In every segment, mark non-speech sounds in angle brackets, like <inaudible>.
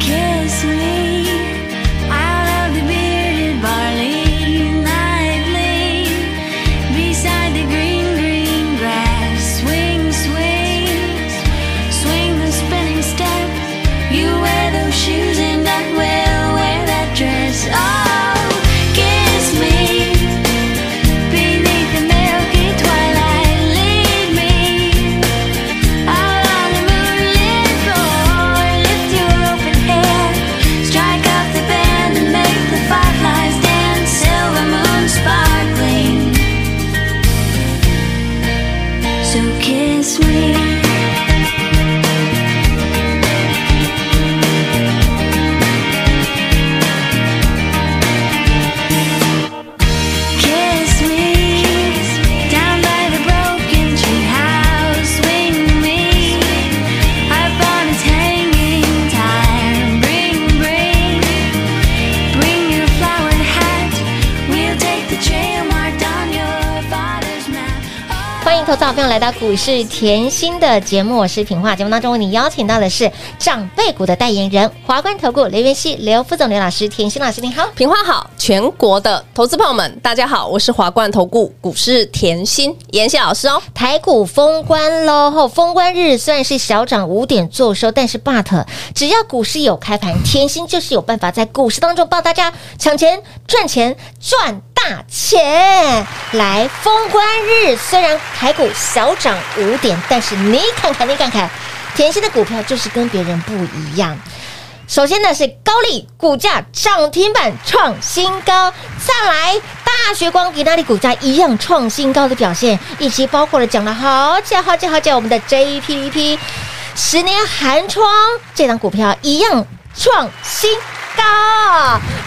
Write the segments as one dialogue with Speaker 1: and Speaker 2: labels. Speaker 1: Kiss me out of the bearded barley, nightly beside the green, green grass. Swing, swing, swing the spinning step. You wear those shoes and I will wear that dress. Oh, kiss me beneath the milky twilight. Lead me out on the moonlit floor, lift your open hand, strike up the band and make the fireflies dance, silver moon sparkling. So kiss me. Kiss me down by the broken tree house. Swing me up on its hanging time. Bring, bring, bring your flowered hat. We'll take the trail marked on your father's map. Oh,
Speaker 2: 欢迎投资好朋友来到股市甜心的节目，我是品化。节目当中为你邀请到的是长辈股的代言人华冠投顾刘元熙、刘副总、刘老师、甜心老师，你好。
Speaker 3: 平花好，全国的投资朋友们，大家好，我是华冠投顾股市甜心妍希老师哦。
Speaker 2: 台股封关喽！后封关日虽然是小涨五点做收，但是 but 只要股市有开盘，甜心就是有办法在股市当中帮大家抢钱、赚钱、赚大钱。来，封关日虽然台股小涨五点，但是你看看，你看看，甜心的股票就是跟别人不一样。首先呢是高丽股价涨停板创新高，再来大学光比那里股价一样创新高的表现，以及包括了讲了好久好久好久我们的 JPP 十年寒窗这档股票一样创新高，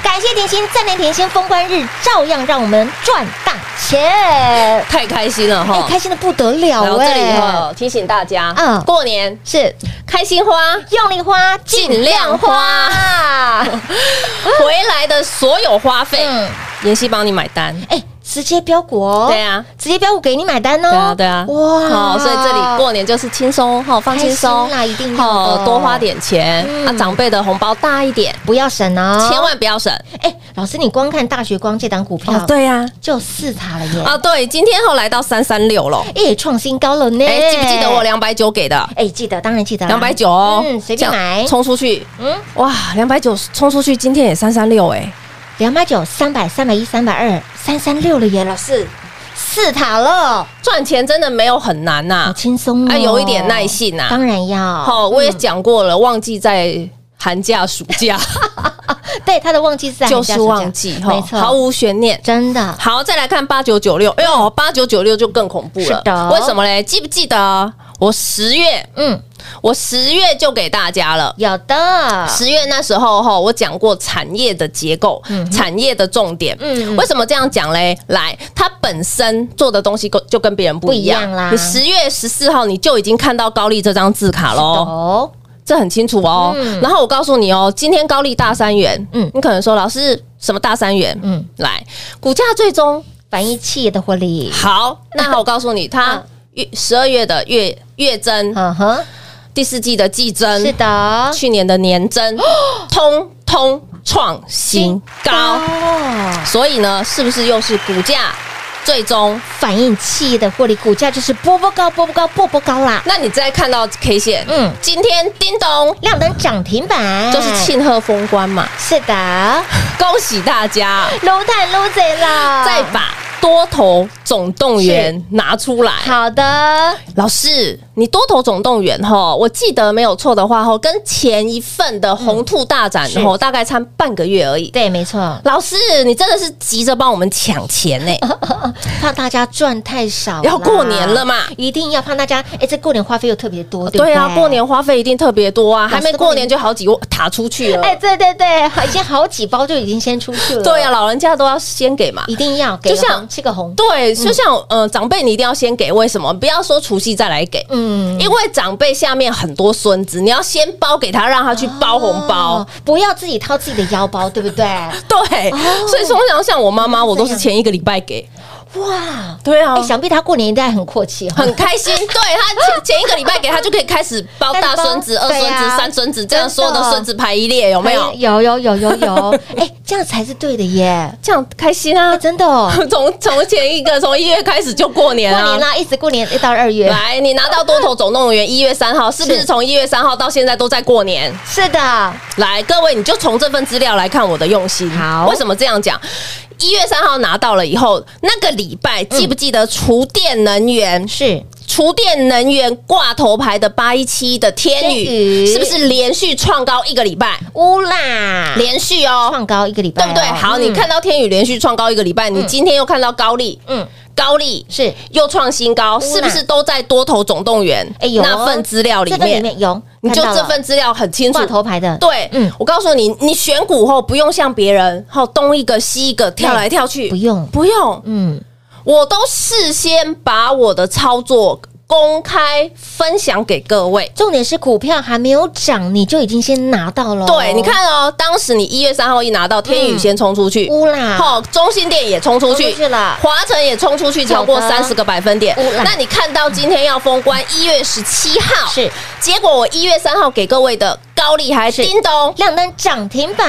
Speaker 2: 感谢甜心，赞美甜心，封关日照样让我们赚大钱，
Speaker 3: 太开心了
Speaker 2: 哎、
Speaker 3: 哈！
Speaker 2: 开心的不得
Speaker 3: 然
Speaker 2: 了
Speaker 3: 后这
Speaker 2: 哎、
Speaker 3: 里哈，提醒大家，
Speaker 2: 嗯
Speaker 3: 过年
Speaker 2: 是
Speaker 3: 开心花
Speaker 2: 用力花，
Speaker 3: 尽量花，回来的所有花费，
Speaker 2: 嗯。
Speaker 3: 妍希帮你买单。
Speaker 2: 哎、直接标股哦，
Speaker 3: 对啊，
Speaker 2: 直接标股给你买单哦，
Speaker 3: 对啊，对啊，
Speaker 2: 哇，
Speaker 3: 好，所以这里过年就是轻松哈，放轻松
Speaker 2: 开心啦一定要的
Speaker 3: 好多花点钱
Speaker 2: 嗯
Speaker 3: 啊，长辈的红包大一点，
Speaker 2: 不要省哦，
Speaker 3: 千，万不要省
Speaker 2: 哎、老师，你光看大学光这档股票，，
Speaker 3: 对呀，
Speaker 2: 就四塔了耶，
Speaker 3: 啊，对，今天后来到三三六了，
Speaker 2: 哎、创新高了呢，
Speaker 3: 哎，记不记得我？两百九给的？
Speaker 2: 哎、记得，当然记得啦，
Speaker 3: 两百九，哦
Speaker 2: 嗯，随便
Speaker 3: 这样
Speaker 2: 买，
Speaker 3: 冲出去，
Speaker 2: 嗯，
Speaker 3: 哇，两百九冲出去，今天也三三六，哎，
Speaker 2: 两百九、三百、三百一、三百二、三三六了耶，老师，四塔了，
Speaker 3: 赚钱真的没有很难
Speaker 2: 好
Speaker 3: 呐，
Speaker 2: 轻松哦，
Speaker 3: 啊，有一点耐性呐。
Speaker 2: 当然要，
Speaker 3: 好，我也讲过了，忘记在寒假、暑 <laughs> 假
Speaker 2: 对他的忘记是在
Speaker 3: 就是
Speaker 2: 寒假暑假
Speaker 3: 忘记，
Speaker 2: 没
Speaker 3: 哈，
Speaker 2: 错，
Speaker 3: 毫无悬念。
Speaker 2: 真的，
Speaker 3: 好，再来看八九九六，哎呦，八九九六就更恐怖
Speaker 2: 是的
Speaker 3: 了，为什么嘞？记不记得我十月，
Speaker 2: 嗯，
Speaker 3: 我十月就给大家了。
Speaker 2: 有的，
Speaker 3: 十月那时候哈，我讲过产业的结构、产业的重点。
Speaker 2: 嗯嗯嗯
Speaker 3: 为什么这样讲嘞？来，它本身做的东西跟就跟别人不一样
Speaker 2: 不一样啦
Speaker 3: 你十月十四号你就已经看到高丽这张字卡喽，
Speaker 2: 哦，
Speaker 3: 这很清楚哦。
Speaker 2: 嗯
Speaker 3: 然后我告诉你哦，今天高丽大三元，
Speaker 2: 嗯
Speaker 3: 嗯，你可能说老师什么大三元？
Speaker 2: 嗯
Speaker 3: 嗯，来，股价最终
Speaker 2: 反映企业的获利。 <laughs>
Speaker 3: 好，那我告诉你，它月十二月的月月增，
Speaker 2: 嗯哼，
Speaker 3: 第四季的季增
Speaker 2: 是的，
Speaker 3: 去年的年增，通通创新高。
Speaker 2: 哦，
Speaker 3: 所以呢，是不是又是股价最终？
Speaker 2: 反映企业的获利，股价就是波波高，波波高，波波高啦。
Speaker 3: 那你再看到 K 线，
Speaker 2: 嗯
Speaker 3: 嗯，今天叮咚
Speaker 2: 亮灯涨停板
Speaker 3: 就是，庆贺封关嘛，
Speaker 2: 是的，
Speaker 3: 恭喜大家！
Speaker 2: 撸碳撸贼啦，
Speaker 3: 再把多头总动员拿出来。
Speaker 2: 好的，
Speaker 3: 老师，你多头总动员哈，我记得没有错的话哈，跟前一份的红兔大展
Speaker 2: 嗯是
Speaker 3: 哈，大概差半个月而已。
Speaker 2: 对，没错，
Speaker 3: 老师，你真的是急着帮我们抢钱呢、欸
Speaker 2: 怕大家赚太少啦，
Speaker 3: 要过年了嘛
Speaker 2: 一定要怕大家，哎，这过年花费又特别多，对不
Speaker 3: 对啊，过年花费一定特别多啊，
Speaker 2: 老师
Speaker 3: 还没过年就好几万塔出去了。
Speaker 2: 哎，对对对，已经好几包就已经先出去了，
Speaker 3: 对啊，，老人家都要先给嘛。
Speaker 2: 一定要给
Speaker 3: 就
Speaker 2: 个
Speaker 3: 像
Speaker 2: 红，吃个红，
Speaker 3: 对，就像呃，长辈你一定要先给，为什么？不要说除夕再来给，
Speaker 2: 嗯，
Speaker 3: 因为长辈下面很多孙子，你要先包给他，让他去包红包
Speaker 2: 哦。，不要自己掏自己的腰包，对不
Speaker 3: <laughs>
Speaker 2: 对？
Speaker 3: 对，所以通常像我妈妈，我都是前一个礼拜给。
Speaker 2: 哇，
Speaker 3: 对啊
Speaker 2: 哎，想必他过年一定很阔气哦哈
Speaker 3: 很。开心，对他前前一个礼拜给他就可以开始包大孙 <laughs> 子、
Speaker 2: 开始包
Speaker 3: 二孙
Speaker 2: 对
Speaker 3: 子、
Speaker 2: 啊
Speaker 3: 三孙子，这样
Speaker 2: 真
Speaker 3: 所
Speaker 2: 的
Speaker 3: 有的哎孙子排一列，有 <laughs> 没有？
Speaker 2: 哎有有有有有， <laughs> 哎，这样才是对的耶！
Speaker 3: 这样开心啊
Speaker 2: 哎，！真的
Speaker 3: <laughs>
Speaker 2: 哦，
Speaker 3: 从从前一个从一月开始就过年
Speaker 2: 过
Speaker 3: 啊
Speaker 2: 年。啦，一直过年一到二月，
Speaker 3: 来，你拿到多头总动员一月三号，是不是
Speaker 2: 是
Speaker 3: 从一月三号到现在都在过年？
Speaker 2: 是的，
Speaker 3: 来，各位，你就从这份资料来看我的用心。
Speaker 2: 好
Speaker 3: 为什么这样讲？一月三号拿到了以后，那个礼
Speaker 2: 嗯
Speaker 3: 拜记不记得厨电能源？
Speaker 2: 是
Speaker 3: 厨电能源挂头牌的八一七的天
Speaker 2: 天宇
Speaker 3: 宇，是不是连续创高一个礼拜？
Speaker 2: 乌啦，
Speaker 3: 连续哦，
Speaker 2: 创高一个礼拜
Speaker 3: 对
Speaker 2: 哦，
Speaker 3: 不对？好，你
Speaker 2: 嗯
Speaker 3: 看到天宇连续创高一个礼拜，你今天又看到高丽，
Speaker 2: 嗯
Speaker 3: 嗯，高丽
Speaker 2: 是
Speaker 3: 又创新高，
Speaker 2: 啦
Speaker 3: 是不是都在多头总动员
Speaker 2: 哎有
Speaker 3: 那份资料里
Speaker 2: 这份里
Speaker 3: 面？
Speaker 2: 面有，
Speaker 3: 你就
Speaker 2: 看到了
Speaker 3: 这份资料很清楚
Speaker 2: 挂。头牌的，
Speaker 3: 对，
Speaker 2: 嗯
Speaker 3: 嗯，我告诉你，你选股后不用像别人，后东一个西一个跳来跳去，
Speaker 2: 不用
Speaker 3: 不用，
Speaker 2: 嗯，
Speaker 3: 我都事先把我的操作公开分享给各位。
Speaker 2: 重点是股票还没有涨，你就已经先拿到了哦。嗯
Speaker 3: 对，你看哦，当时你一月三号一拿到，天宇先冲出去，
Speaker 2: 乌啦，
Speaker 3: 好，中心店也冲出
Speaker 2: 冲
Speaker 3: 去，
Speaker 2: 出去了
Speaker 3: 华晨也冲出去超过
Speaker 2: 有的哦
Speaker 3: 三十个百分点
Speaker 2: 乌啦。
Speaker 3: 那你看到今天要封关，一月十七号
Speaker 2: 是，
Speaker 3: 结果我一月三号给各位的高利还
Speaker 2: 是嗯
Speaker 3: 叮咚。
Speaker 2: 亮灯涨停板，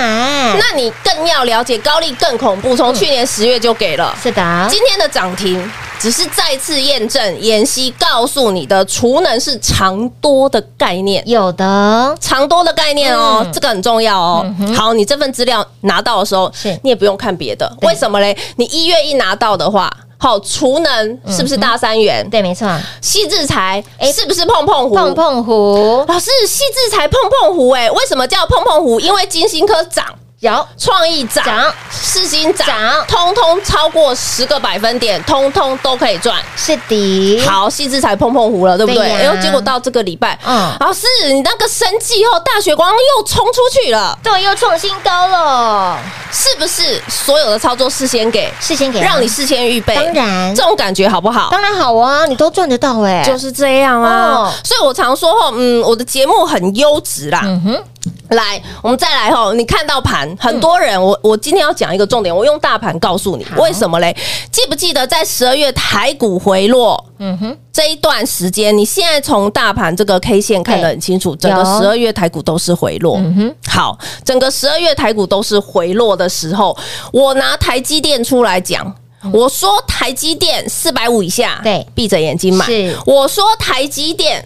Speaker 3: 那你更要了解高利更恐怖，
Speaker 2: 嗯
Speaker 3: 从去年十月就给了，
Speaker 2: 是的，
Speaker 3: 今天的涨停只是再次验证妍希告诉你的储能是长多的概念。
Speaker 2: 有的
Speaker 3: 长多的概念哦，
Speaker 2: 嗯
Speaker 3: 这个很重要哦。好，你这份资料拿到的时候
Speaker 2: 是，
Speaker 3: 你也不用看别的，
Speaker 2: 对
Speaker 3: 为什么嘞？你一月一拿到的话，好，储能是不是大三元？
Speaker 2: 嗯对，没错，
Speaker 3: 细制裁
Speaker 2: 哎
Speaker 3: 是不是碰碰胡？
Speaker 2: 碰碰胡
Speaker 3: 老师，细制裁碰碰胡，哎，为什么叫碰碰胡？因为金星科涨。
Speaker 2: 有
Speaker 3: 创意涨，
Speaker 2: 涨
Speaker 3: 世新
Speaker 2: 涨
Speaker 3: 涨，通通超过十个百分点，通通都可以赚。
Speaker 2: 是的，，
Speaker 3: 好，细致才碰碰胡了，对不对？
Speaker 2: 对呀
Speaker 3: 然后结果到这个礼拜，
Speaker 2: 嗯
Speaker 3: 老师，你那个生计后大雪光又冲出去了，
Speaker 2: 对，又创新高了，
Speaker 3: 是不是？所有的操作事先给，
Speaker 2: 事先给啊
Speaker 3: 让你事先预备，
Speaker 2: 当然
Speaker 3: 这种感觉好不好？
Speaker 2: 当然好啊，你都赚得到哎，
Speaker 3: 就是这样啊，
Speaker 2: 哦
Speaker 3: 所以我常说吼，嗯，我的节目很优质啦。
Speaker 2: 嗯哼，
Speaker 3: 来，我们再来吼，你看到盘，很多人，我我今天要讲一个重点，我用大盘告诉你为什么嘞？记不记得在十二月台股回落？
Speaker 2: 嗯哼，
Speaker 3: 这一段时间，你现在从大盘这个 K 线看得很清楚，整个
Speaker 2: 有嗯
Speaker 3: 十二月台股都是回落。
Speaker 2: 哼
Speaker 3: 好，整个十二月台股都是回落的时候，我拿台积电出来讲。我说台积电四百五以下，
Speaker 2: 嗯对
Speaker 3: 闭着眼睛买
Speaker 2: 是。
Speaker 3: 我说台积电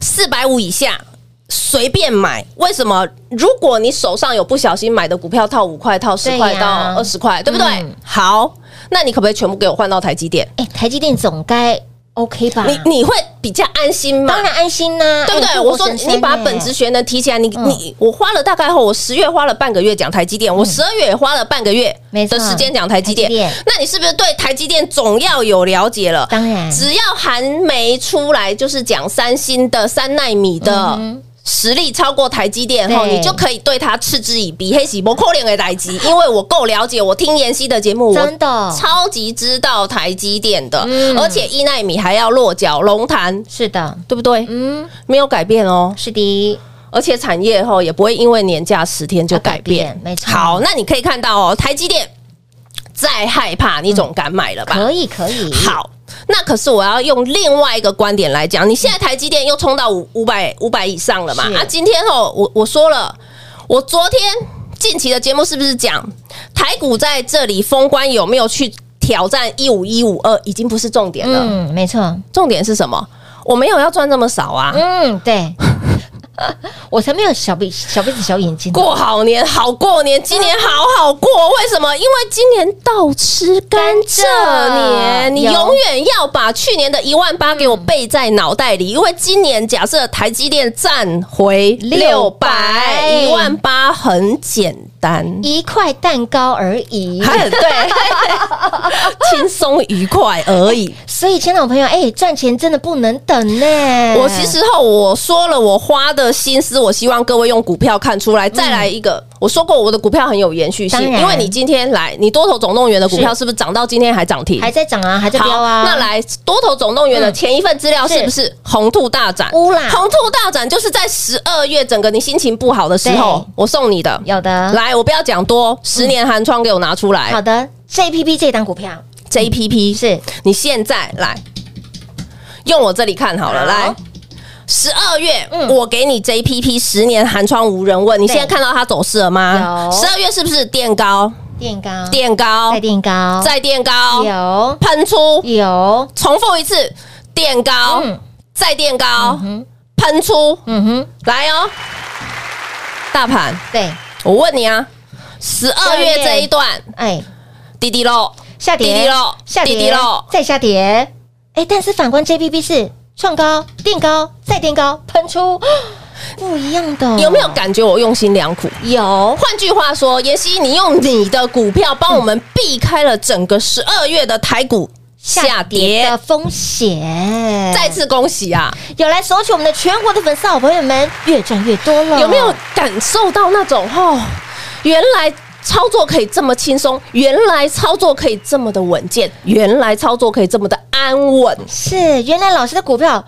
Speaker 3: 四百五以下随便买，为什么？如果你手上有不小心买的股票套五块、套十块
Speaker 2: 对
Speaker 3: 到
Speaker 2: 呀
Speaker 3: 二十块，对不对？
Speaker 2: 嗯
Speaker 3: 好，那你可不可以全部给我换到台积电？
Speaker 2: 哎，台积电总该 OK 吧？
Speaker 3: 你你会比较安心吗
Speaker 2: 当？然安心啦，
Speaker 3: 啊对不
Speaker 2: 哎
Speaker 3: 对？
Speaker 2: 护国
Speaker 3: 我说
Speaker 2: 神
Speaker 3: 你
Speaker 2: 山
Speaker 3: 把
Speaker 2: 哎
Speaker 3: 本职学能提起来，你你我花了大概后，我十月花了半个月讲台积电，我十二月也花了半个月
Speaker 2: 没错
Speaker 3: 的时间讲嗯台积电
Speaker 2: 台积电。
Speaker 3: 那你是不是对台积电总要有了解了？
Speaker 2: 当然
Speaker 3: 只要还没出来，就是讲三星的三纳米的。实力超过台积电后，
Speaker 2: 对
Speaker 3: 你就可以嗯对它嗤之以鼻，黑喜不扣脸的打击，因为我够了解，我听妍希的节目，我
Speaker 2: 真的
Speaker 3: 超级知道台积电的，
Speaker 2: 嗯
Speaker 3: 而且一纳米还要落脚龙潭，
Speaker 2: 是的，
Speaker 3: 对不对？
Speaker 2: 嗯，
Speaker 3: 没有改变哦，
Speaker 2: 是的，
Speaker 3: 而且产业后也不会因为年假十天就改变，
Speaker 2: 要改变没错
Speaker 3: 好，那你可以看到哦，台积电再害怕，你总敢买了吧？
Speaker 2: 可以可以，
Speaker 3: 好，那可是我要用另外一个观点来讲，你现在台积电又冲到五五百五百以上了嘛？
Speaker 2: 是
Speaker 3: 啊，今天哦，我我说了，我昨天近期的节目是不是讲台股在这里封关有没有去挑战一五一五二，已经不是重点了，
Speaker 2: 嗯，没错，
Speaker 3: 重点是什么？我没有要赚这么少啊，
Speaker 2: 嗯，对，我才没有小鼻小鼻子小眼睛呢。
Speaker 3: 过好年，好过年，今年好好过。为什么？因为今年倒吃甘蔗年，你
Speaker 2: 有
Speaker 3: 永远要把去年的一万八给我背在脑袋里。因为今年假设台积电站回六百，一万八很简单。
Speaker 2: 一块蛋糕而已，
Speaker 3: 还很 <laughs> 对， <laughs> 轻松愉快而已。
Speaker 2: 所以，亲爱的朋友，哎、赚钱真的不能等呢、
Speaker 3: 我其实后我说了我花的心思，我希望各位用股票看出来。再来一个，我说过我的股票很有延续性，
Speaker 2: 嗯当然
Speaker 3: 因为你今天来，你多头总动员的股票是不是涨到今天还涨停？
Speaker 2: 还在涨啊，还在飙啊。
Speaker 3: 那来多头总动员的
Speaker 2: 嗯
Speaker 3: 前一份资料是不是红兔大展？
Speaker 2: 乌啦
Speaker 3: 红兔大展就是在十二月整个你心情不好的时候
Speaker 2: 对，
Speaker 3: 我送你的。
Speaker 2: 有的
Speaker 3: 来，我不要讲多，十年寒窗给我拿出
Speaker 2: 好
Speaker 3: 来。
Speaker 2: 的，JPP 这档股票
Speaker 3: JPP
Speaker 2: 是
Speaker 3: 你现在来用我这里看好了，
Speaker 2: 好
Speaker 3: 来。十二月，
Speaker 2: 嗯
Speaker 3: 我给你 JPP 十年寒窗无人问，你
Speaker 2: 对
Speaker 3: 现在看到它走势了吗？
Speaker 2: 有
Speaker 3: 十二月是不是垫高？
Speaker 2: 垫高，
Speaker 3: 垫高
Speaker 2: 再，垫高，
Speaker 3: 再垫高，
Speaker 2: 有
Speaker 3: 喷出，
Speaker 2: 有，
Speaker 3: 重复一次，垫高，
Speaker 2: 嗯
Speaker 3: 再垫高，
Speaker 2: 哼
Speaker 3: 喷出，
Speaker 2: 嗯哼，
Speaker 3: 来哦！大盘，
Speaker 2: 对，
Speaker 3: 我问你啊，十二月
Speaker 2: 12月
Speaker 3: 这一段
Speaker 2: 哎，
Speaker 3: 滴滴喽，
Speaker 2: 下跌，
Speaker 3: 滴滴喽
Speaker 2: 下
Speaker 3: 滴滴
Speaker 2: 跌
Speaker 3: 喽
Speaker 2: 再下跌，哎、但是反观 JPP 是创高、垫高、再垫高，喷
Speaker 3: <gasps>
Speaker 2: 出不一样的，
Speaker 3: 有没有？感觉我用心良苦？
Speaker 2: 有，
Speaker 3: 哦换句话说，妍希，你用你的股票帮我们避开了整个十二月的台股下跌，
Speaker 2: 的风险，
Speaker 3: 再次恭喜啊！
Speaker 2: 有来索取我们的全国的粉丝好朋友们，越赚越多了，
Speaker 3: 有没有感受到那种哦？原来。操作可以这么轻松，原来操作可以这么的稳健，原来操作可以这么的安稳。
Speaker 2: 是，原来老师的股票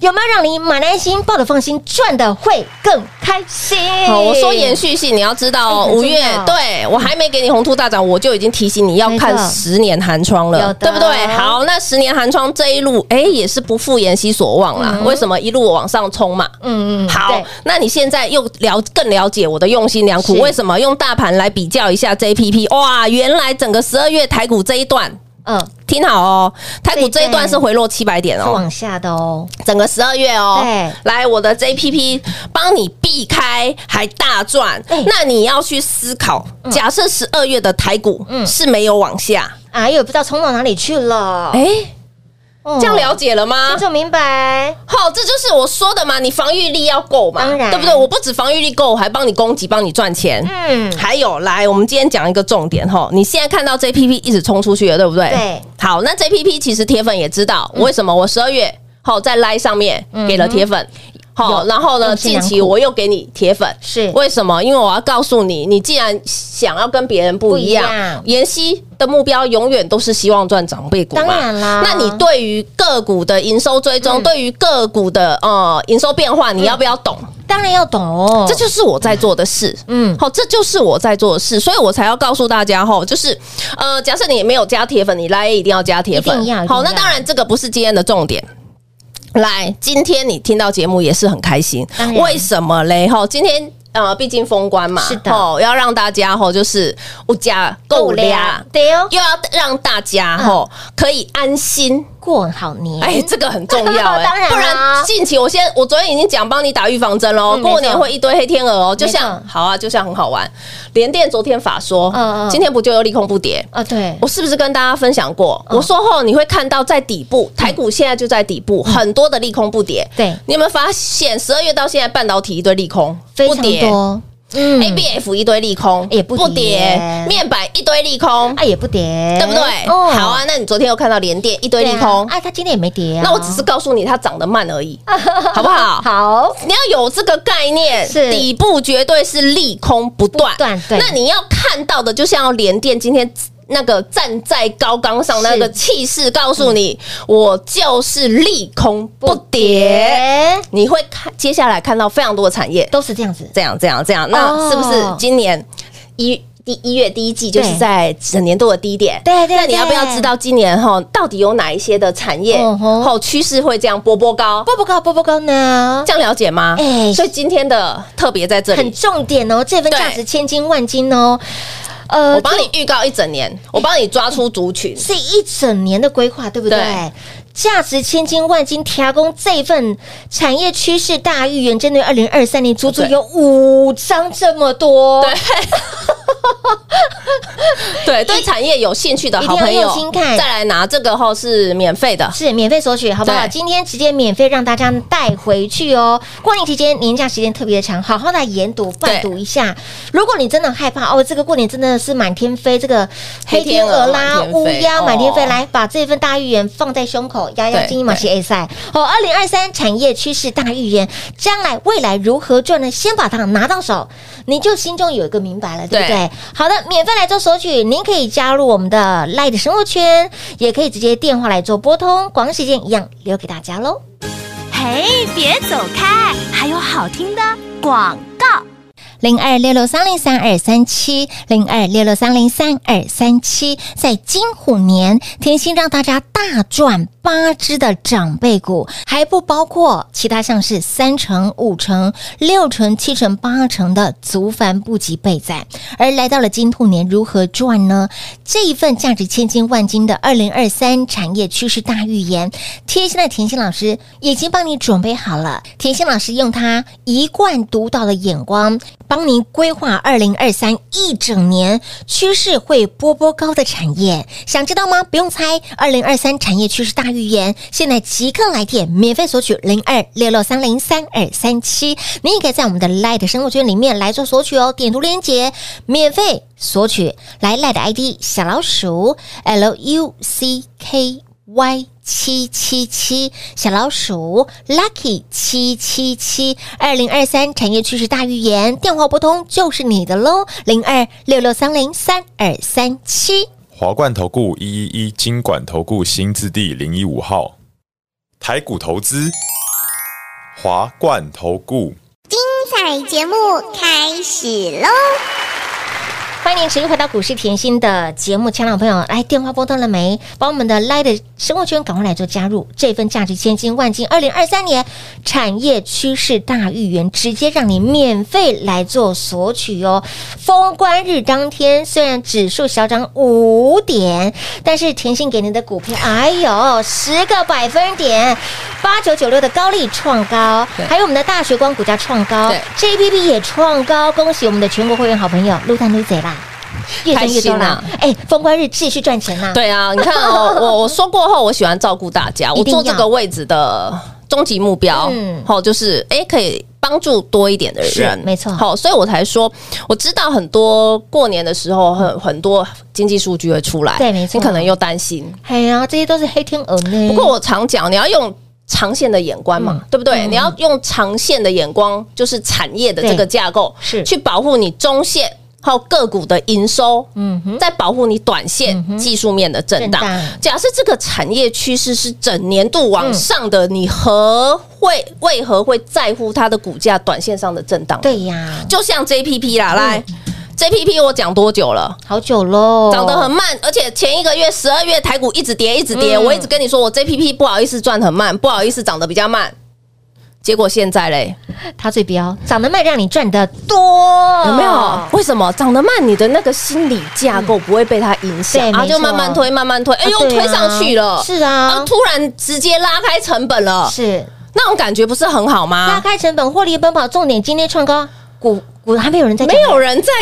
Speaker 2: 有没有让你买的安心、抱的放心、赚的会更开心？
Speaker 3: 好，我说延续性，你要知道
Speaker 2: 哎
Speaker 3: 哦，
Speaker 2: 很
Speaker 3: 五
Speaker 2: 重
Speaker 3: 月
Speaker 2: 要
Speaker 3: 对我还没给你红兔大涨，我就已经提醒你要看
Speaker 2: 没错
Speaker 3: 十年寒窗
Speaker 2: 有的
Speaker 3: 了，对不对？好，那十年寒窗这一路，哎，也是不负妍希所望啦。为什么一路我往上冲嘛？
Speaker 2: 嗯嗯，嗯嗯，
Speaker 3: 好
Speaker 2: 对，
Speaker 3: 那你现在又了更了解我的用心良苦，
Speaker 2: 是
Speaker 3: 为什么用大盘来比较一下 JPP？哇，原来整个十二月台股这一段。
Speaker 2: 嗯，
Speaker 3: 听好哦，台股
Speaker 2: 这
Speaker 3: 这
Speaker 2: 一
Speaker 3: 一段
Speaker 2: 段
Speaker 3: 是回落七百点
Speaker 2: 是
Speaker 3: 哦，
Speaker 2: 往下的哦，
Speaker 3: 整个十二月哦
Speaker 2: 对，
Speaker 3: 来我的 JPP 帮你避开还大赚
Speaker 2: 哎，
Speaker 3: 那你要去思考，
Speaker 2: 嗯
Speaker 3: 假设十二月的台股是没有往下，
Speaker 2: 哎呦，不知道冲到哪里去了，
Speaker 3: 哎，
Speaker 2: 哦
Speaker 3: 这样了解了吗
Speaker 2: 清？楚明白，
Speaker 3: 好，这就是我说的嘛，你防御力要够嘛，
Speaker 2: 当然
Speaker 3: 对不对？我不止防御力够，我还帮你供给，帮你赚钱。
Speaker 2: 嗯，
Speaker 3: 还有，来，我们今天讲一个重点哈，你现在看到 JPP 一直冲出去了，对不对？
Speaker 2: 对。嗯
Speaker 3: 好，那 JPP 其实铁粉也知道、为什么我十二月好在 Line 上面给了铁粉。好，然后呢？
Speaker 2: 嗯用心
Speaker 3: 近
Speaker 2: 良苦
Speaker 3: 期我又给你铁粉，
Speaker 2: 是
Speaker 3: 为什么？因为我要告诉你，你既然想要跟别人不一
Speaker 2: 不一样
Speaker 3: 样，妍希的目标永远都是希望赚长辈股嘛。
Speaker 2: 当然啦嗯
Speaker 3: 那你对于个股的营收追踪，对于个股的呃营收变化，你要不要懂？
Speaker 2: 当然要懂，
Speaker 3: 这就是我在做的事。
Speaker 2: 哦嗯
Speaker 3: 嗯，好，这就是我在做的事，所以我才要告诉大家哈，就是呃，假设你没有加铁粉，你来一定要加铁粉，
Speaker 2: 一定要一定要
Speaker 3: 好，那当然这个不是今天的重点。来，今天你听到节目也是很开心
Speaker 2: 当，然
Speaker 3: 为什么嘞？哈，今天呃，毕竟封关嘛，
Speaker 2: 是的
Speaker 3: 吼要让大家哈，就是物价够量，
Speaker 2: 对哦，
Speaker 3: 又要让大家哈
Speaker 2: 嗯
Speaker 3: 可以安心。
Speaker 2: 过好年，
Speaker 3: 哎，这个很重
Speaker 2: <laughs>
Speaker 3: 要哎、
Speaker 2: 哦当然啦啊
Speaker 3: 不然近期我先我昨天已经讲帮你打预防针喽，
Speaker 2: 嗯
Speaker 3: 过
Speaker 2: 没
Speaker 3: 年
Speaker 2: 错
Speaker 3: 会一堆黑天鹅哦，就
Speaker 2: 没
Speaker 3: 像
Speaker 2: 错
Speaker 3: 好啊，就像很好玩。联电昨天法说，
Speaker 2: 嗯嗯
Speaker 3: 今天不就有利空不跌？
Speaker 2: 啊，对，
Speaker 3: 我是不是跟大家分享过？
Speaker 2: 嗯
Speaker 3: 我说后你会看到在底部，台股现在就在底部，很多的利空不跌。
Speaker 2: 对
Speaker 3: 你有没有发现十二月到现在半导体一堆利空
Speaker 2: 非
Speaker 3: 不
Speaker 2: 常
Speaker 3: 跌
Speaker 2: 多，嗯
Speaker 3: ，A B F 一堆利空
Speaker 2: 也不跌
Speaker 3: 面板一堆利空，
Speaker 2: 啊也不跌，
Speaker 3: 对不对？好啊，，那你昨天有看到联电一堆
Speaker 2: 哦对
Speaker 3: 利
Speaker 2: 啊
Speaker 3: 空，
Speaker 2: 啊，它今天也没跌啊，
Speaker 3: 那我只是告诉你它涨得慢而已，好不
Speaker 2: <laughs>
Speaker 3: 好？
Speaker 2: 好，
Speaker 3: 你要有这个概念，
Speaker 2: 是
Speaker 3: 底部绝对是利空不断
Speaker 2: 不断，对
Speaker 3: 那你要看到的，就像联电今天。那个站在高岗上那个
Speaker 2: 是
Speaker 3: 气势，告诉你，
Speaker 2: 嗯
Speaker 3: 我就是利空不跌。你会看接下来看到非常多的产业
Speaker 2: 都是这样子，
Speaker 3: 这样这样这样，那
Speaker 2: 哦
Speaker 3: 是不是今年一第一月第一季就是
Speaker 2: 对
Speaker 3: 在整年度的低点？
Speaker 2: 对对对
Speaker 3: 那你要不要知道今年哈到底有哪一些的产业
Speaker 2: 嗯哼
Speaker 3: 后趋势会这样波波高？
Speaker 2: 波波高，波波高呢？
Speaker 3: 这样了解吗？
Speaker 2: 哎
Speaker 3: 所以今天的特别在这
Speaker 2: 很
Speaker 3: 里。
Speaker 2: 重点哦，这份
Speaker 3: 对
Speaker 2: 价值千金万金哦，呃
Speaker 3: 我帮你预告一整年，我帮你抓出族群，
Speaker 2: 是一整年的规划，对不对
Speaker 3: 对？
Speaker 2: 价值千金万金提供这份产业趋势大预言，针对二零二三年，足足
Speaker 3: 对
Speaker 2: 有五张这么多。
Speaker 3: 对。对对，产业有兴趣的好朋
Speaker 2: 一定要
Speaker 3: 友
Speaker 2: 用心看
Speaker 3: 再来拿这个后是免费的，
Speaker 2: 是免费索取，好不好？
Speaker 3: 对
Speaker 2: 今天直接免费让大家带回去哦。过年期间年假时间特别长，好好的研读、拜读一下。如果你真的害怕哦，这个过年真的是满天飞，这个黑
Speaker 3: 黑
Speaker 2: 天
Speaker 3: 天
Speaker 2: 鹅
Speaker 3: 鹅
Speaker 2: 啦、
Speaker 3: 满天飞
Speaker 2: 乌鸦满天飞，
Speaker 3: 哦
Speaker 2: 来把这份大预言放在胸口，压压
Speaker 3: 对
Speaker 2: 惊嘛是 A 赛哦。二零二三产业趋势大预言，将来未来如何赚呢？先把它拿到手，你就心中有一个明白了，对不
Speaker 3: 对
Speaker 2: 对？好的，免费来做索取，您可以加入我们的 Light 生活圈，也可以直接电话来做拨通。广告时间一样留给大家喽。
Speaker 4: 嘿，别走开，还有好听的广告。
Speaker 2: 零二六六三零三二三七，零二六六三零三二三七，在金虎年，甜心让大家大赚八只的长辈股，还不包括其他像是三成、五成、六成、七成、八成的足凡不及备载。而来到了金兔年，如何赚呢？这一份价值千金万金的二零二三产业趋势大预言，贴心的甜心老师已经帮你准备好了。甜心老师用他一贯独到的眼光，帮您规划二零二三一整年趋势会波波高的产业。想知道吗？不用猜，二零二三产业趋势大预言，现在即刻来电，免费索取零二六六三零三二三七。你也可以在我们的 Light 生活圈里面来做索取哦，点图连接，免费索取。来 Light 的 ID 小老鼠 L U C K。Y 七七七小老鼠 Lucky 七七七二零二三产业趋势大预言电话拨通就是你的喽，零二六六三零三二三七。
Speaker 5: 华冠投顾一一一金管投顾新字第零一五号，台股投资，华冠投顾。
Speaker 6: 彩节目开始喽！
Speaker 2: 欢迎您持续回到股市甜心的节目，亲爱的朋友，来电话拨通了没？把我们的 Light 生活圈赶快来做加入，这份价值千金万金，二零二三年产业趋势大预言，直接让你免费来做索取哦。封关日当天，虽然指数小涨五点，但是甜心给您的股票，哎呦，十个百分点，八九九六的高利创高
Speaker 3: 对，
Speaker 2: 还有我们的大学光股价创高
Speaker 3: 对
Speaker 2: ，JPP 也创高，恭喜我们的全国会员好朋友撸蛋撸贼啦！越赚越多啦
Speaker 3: 开！啊
Speaker 2: 哎、封关日继续赚钱啦！，
Speaker 3: 对啊，你看哦，我我说过后，我喜欢照顾大家，
Speaker 2: <laughs> 一
Speaker 3: 我
Speaker 2: 定要
Speaker 3: 做这个位置的终极目标，
Speaker 2: 嗯
Speaker 3: 嗯，好，就是哎，可以帮助多一点的人
Speaker 2: 是，没错
Speaker 3: 好，所以我才说，我知道很多过年的时候，很很多经济数据会出来，
Speaker 2: 对没错
Speaker 3: 你可能又担心，
Speaker 2: 哎呀，这些都是黑天鹅呢。
Speaker 3: 不过我常讲，你要用。长线的眼光嘛，
Speaker 2: 嗯
Speaker 3: 对不对？你要用长线的眼光，就是产业的这
Speaker 2: 对
Speaker 3: 个架构，
Speaker 2: 是
Speaker 3: 去保护你中线还有个股的营收，
Speaker 2: 嗯哼，嗯
Speaker 3: 在保护你短线技术面的震荡
Speaker 2: 震荡。嗯
Speaker 3: 假设这个产业趋势是整年度往上的，你何会为何会在乎它的股价短线上的震荡？，
Speaker 2: 对嗯呀，
Speaker 3: 就像 JPP 啦，来 JPP 我讲多久了？
Speaker 2: 好久喽，
Speaker 3: 涨得很慢，而且前一个月十二月台股一直跌，一直跌。
Speaker 2: 嗯
Speaker 3: 我一直跟你说，我 JPP 不好意思赚很慢，不好意思涨得比较慢。结果现在嘞，
Speaker 2: 他最标，涨得慢让你赚得多，
Speaker 3: 有没有？为什么涨得慢？你的那个心理架构不会被它影响，
Speaker 2: 对
Speaker 3: 然后
Speaker 2: 没
Speaker 3: 就
Speaker 2: 错
Speaker 3: 慢慢推，慢慢推，哎呦，
Speaker 2: 对啊
Speaker 3: 推上去了，
Speaker 2: 是啊
Speaker 3: 然后突然直接拉开成本了，
Speaker 2: 是
Speaker 3: 那种感觉不是很好
Speaker 2: 拉
Speaker 3: 吗？
Speaker 2: 开成本获利奔跑，重点今天创高，股股还没有人在讲，
Speaker 3: 没有人在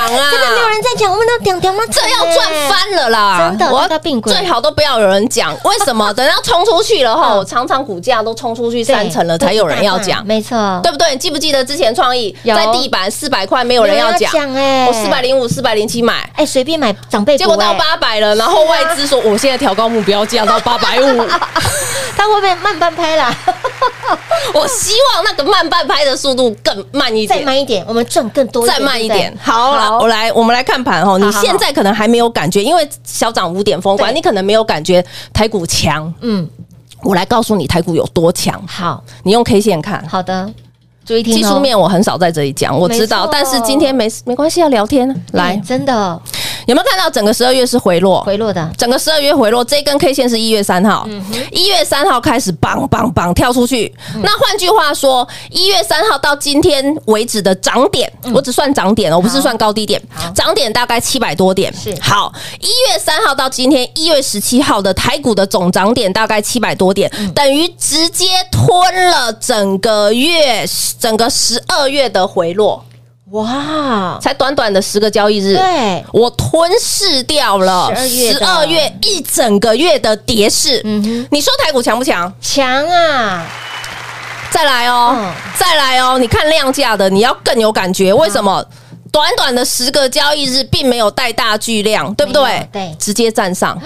Speaker 2: <laughs>
Speaker 3: 啊，
Speaker 2: 真的没有人在讲，我们都讲讲吗？
Speaker 3: 这要赚翻了啦！
Speaker 2: 真的
Speaker 3: 我
Speaker 2: 大家并轨
Speaker 3: 最好都不要有人讲，为什么？等到冲出去了后，常常股价都冲出去
Speaker 2: 嗯对，
Speaker 3: 三成了，才有人要讲，
Speaker 2: 没错，
Speaker 3: 对不对？你记不记得之前创意
Speaker 2: 有
Speaker 3: 在地板四百块没有人要讲，
Speaker 2: 哎，
Speaker 3: 我四百，零五、四百零七买，
Speaker 2: 哎，随便买长辈股，
Speaker 3: 结果到
Speaker 2: 哎，
Speaker 3: 八百了，然后外资说我现在调高目标价到八
Speaker 2: <laughs>
Speaker 3: 百五，
Speaker 2: 他会不会慢半拍啦？
Speaker 3: 我希望那个慢半拍的速度更慢一
Speaker 2: 再
Speaker 3: 点。
Speaker 2: 慢一点，我们赚更多，
Speaker 3: 再慢一点
Speaker 2: 对，不对
Speaker 3: 好了，我来，我们来看盘哦。你
Speaker 2: 好
Speaker 3: 现在可能还没有感觉，因为小涨五点封关，
Speaker 2: 对
Speaker 3: 你可能没有感觉台股强。
Speaker 2: 嗯，
Speaker 3: 我来告诉你台股有多强，
Speaker 2: 好
Speaker 3: 你用 K 线看。
Speaker 2: 好的，注意听哦
Speaker 3: 技术面我很少在这里讲，我知道
Speaker 2: 没错，
Speaker 3: 啊但是今天没没关系，要聊天
Speaker 2: 哎
Speaker 3: 来。
Speaker 2: 真的
Speaker 3: 现有没有看到整个十二月是回落？
Speaker 2: 回落的，
Speaker 3: 整个十二月回落，这根 K 线是一月三号，
Speaker 2: 嗯
Speaker 3: 一、月三号开始棒棒棒跳出去。那换句话说，一月三号到今天为止的涨点，我只算涨点哦，我不是算高低点
Speaker 2: 嗯好，
Speaker 3: 涨点大概七百多点。
Speaker 2: 是
Speaker 3: 好，一月三号到今天一月十七号的台股的总涨点大概七百多点，
Speaker 2: 嗯
Speaker 3: 等于直接吞了整个月整个十二月的回落，
Speaker 2: 哇，
Speaker 3: 才短短的十个交易日。
Speaker 2: 哦对，
Speaker 3: 我吞噬掉了
Speaker 2: 12月的
Speaker 3: 十二月一整个月的跌势。
Speaker 2: 嗯哼
Speaker 3: 你说台股强不强？
Speaker 2: 强啊，
Speaker 3: 再来哦，
Speaker 2: 嗯
Speaker 3: 再来哦！你看量价的，你要更有感觉。为什么？
Speaker 2: 嗯
Speaker 3: 短短的十个交易日，并没有带大巨量，对不
Speaker 2: 没有
Speaker 3: 对？
Speaker 2: 对
Speaker 3: 直接站上，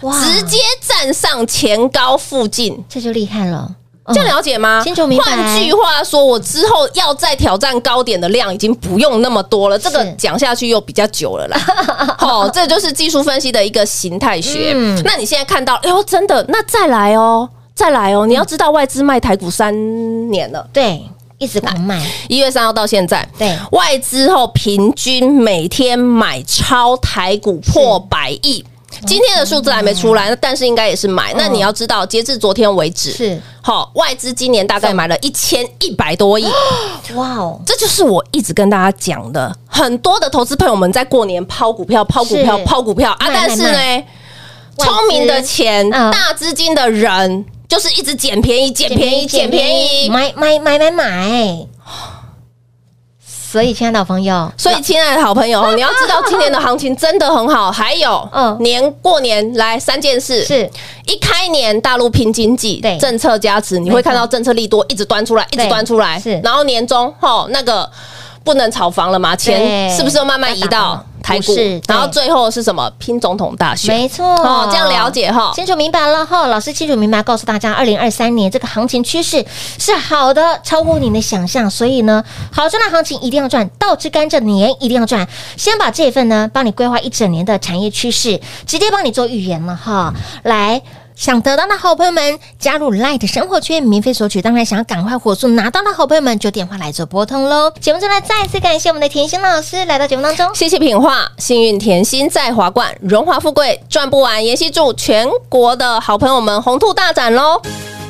Speaker 2: 哇，
Speaker 3: 直接站上前高附近。
Speaker 2: 这就厉害了，嗯
Speaker 3: 这样了解吗？
Speaker 2: 清楚明白
Speaker 3: 换句话说，我之后要再挑战高点的量已经不用那么多了，这个
Speaker 2: 是
Speaker 3: 讲下去又比较久
Speaker 2: <laughs>
Speaker 3: 了啦。好、这就是技术分析的一个形态学。
Speaker 2: 嗯
Speaker 3: 那你现在看到，哎呦，真的，那再来哦，再来
Speaker 2: 嗯
Speaker 3: 哦，你要知道外资卖台股三年了。
Speaker 2: 对，一直狂买，
Speaker 3: 一月三号到现在，
Speaker 2: 对
Speaker 3: 外资后平均每天买超台股破百亿。今天的数字还没
Speaker 2: 嗯
Speaker 3: 出来，但是应该也是买。那你要知道，截至昨天为止，
Speaker 2: 是，
Speaker 3: 好，外资今年大概买了一千一百
Speaker 2: <gasps>
Speaker 3: 多亿，
Speaker 2: 哇哦，
Speaker 3: 这就是我一直跟大家讲的。很多的投资朋友们在过年抛股票、抛股票、
Speaker 2: 是
Speaker 3: 抛股票啊，
Speaker 2: 卖
Speaker 3: 但是呢，
Speaker 2: 外资
Speaker 3: 聪明的钱、
Speaker 2: 嗯
Speaker 3: 大资金的人，就是一直捡便宜、捡便宜、捡便宜。
Speaker 2: 买买买买买。所以，亲爱的好朋友，
Speaker 3: 所以，亲爱的好
Speaker 2: <laughs>
Speaker 3: 朋友，你要知道今年的行情真的很好。还有，
Speaker 2: 嗯
Speaker 3: 年过年来三件事，
Speaker 2: 是
Speaker 3: 一开年大陆拼经济
Speaker 2: 对，
Speaker 3: 政策加持，你会看到政策利多一直端出来，一直端出来，
Speaker 2: 是
Speaker 3: 然后年终吼那个不能炒房了嘛，钱
Speaker 2: 对
Speaker 3: 是不是又慢慢移
Speaker 2: 要打房
Speaker 3: 到台
Speaker 2: 股
Speaker 3: 股
Speaker 2: 市？
Speaker 3: 然后
Speaker 2: 对
Speaker 3: 最后是什么？拼总统大选，
Speaker 2: 没错，
Speaker 3: 哦，这样了解哈。
Speaker 2: 清楚明白了后，老师清楚明白告诉大家，二零二三年这个行情趋势是好的，超乎你的想象。所以呢，好赚的行情一定要赚，倒吃甘蔗年一定要赚。先把这份呢，帮你规划一整年的产业趋势，直接帮你做预言了哈。来。想得到的好朋友们，加入 Light 的生活圈免费索取。当然，想要赶快火速拿到的好朋友们，就电话来做拨通喽。节目中呢，再次感谢我们的甜心老师来到节目当中。
Speaker 3: 谢谢品画，幸运甜心在华冠，荣华富贵赚不完。妍希祝全国的好朋友们红兔大展喽！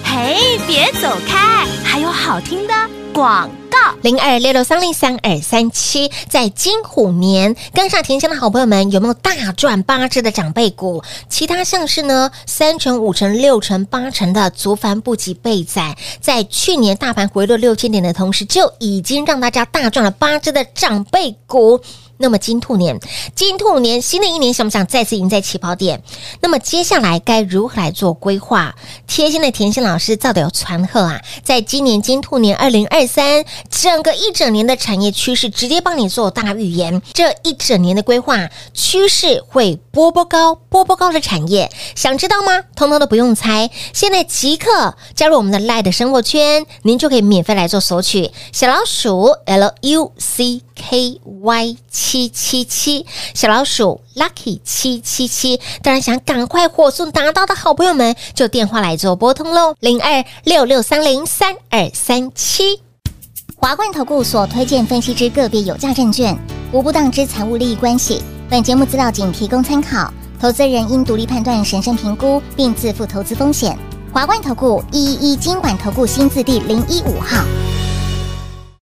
Speaker 6: 嘿，别走开，还有好听的广告。
Speaker 2: 零二六六三零三二三七，在金虎年跟上甜心的好朋友们，有没有大赚八只的长辈股？其他像是呢三成、五成、六成、八成的足凡不及备载，在去年大盘回落六千点的同时，就已经让大家大赚了八只的长辈股。那么金兔年，金兔年新的一年想不想再次赢在起跑点？那么接下来该如何来做规划？贴心的甜心老师造的有传贺啊，在今年金兔年二零二三整个一整年的产业趋势，直接帮你做大预言。这一整年的规划趋势会波波高，波波高的产业，想知道吗？通通都不用猜，现在即刻加入我们的 Light 生活圈，您就可以免费来做索取。小老鼠 L U C K Y 七七七，小老鼠 Lucky 七七七。当然，想赶快火速拿到的好朋友们，就电话来做拨通喽，零二六六三零三二三七。
Speaker 7: 华冠投顾所推荐分析之个别有价证券，无不当之财务利益关系。本节目资料仅提供参考，投资人应独立判断、审慎评估，并自负投资风险。华冠投顾一一一金管投顾新字第零一五号。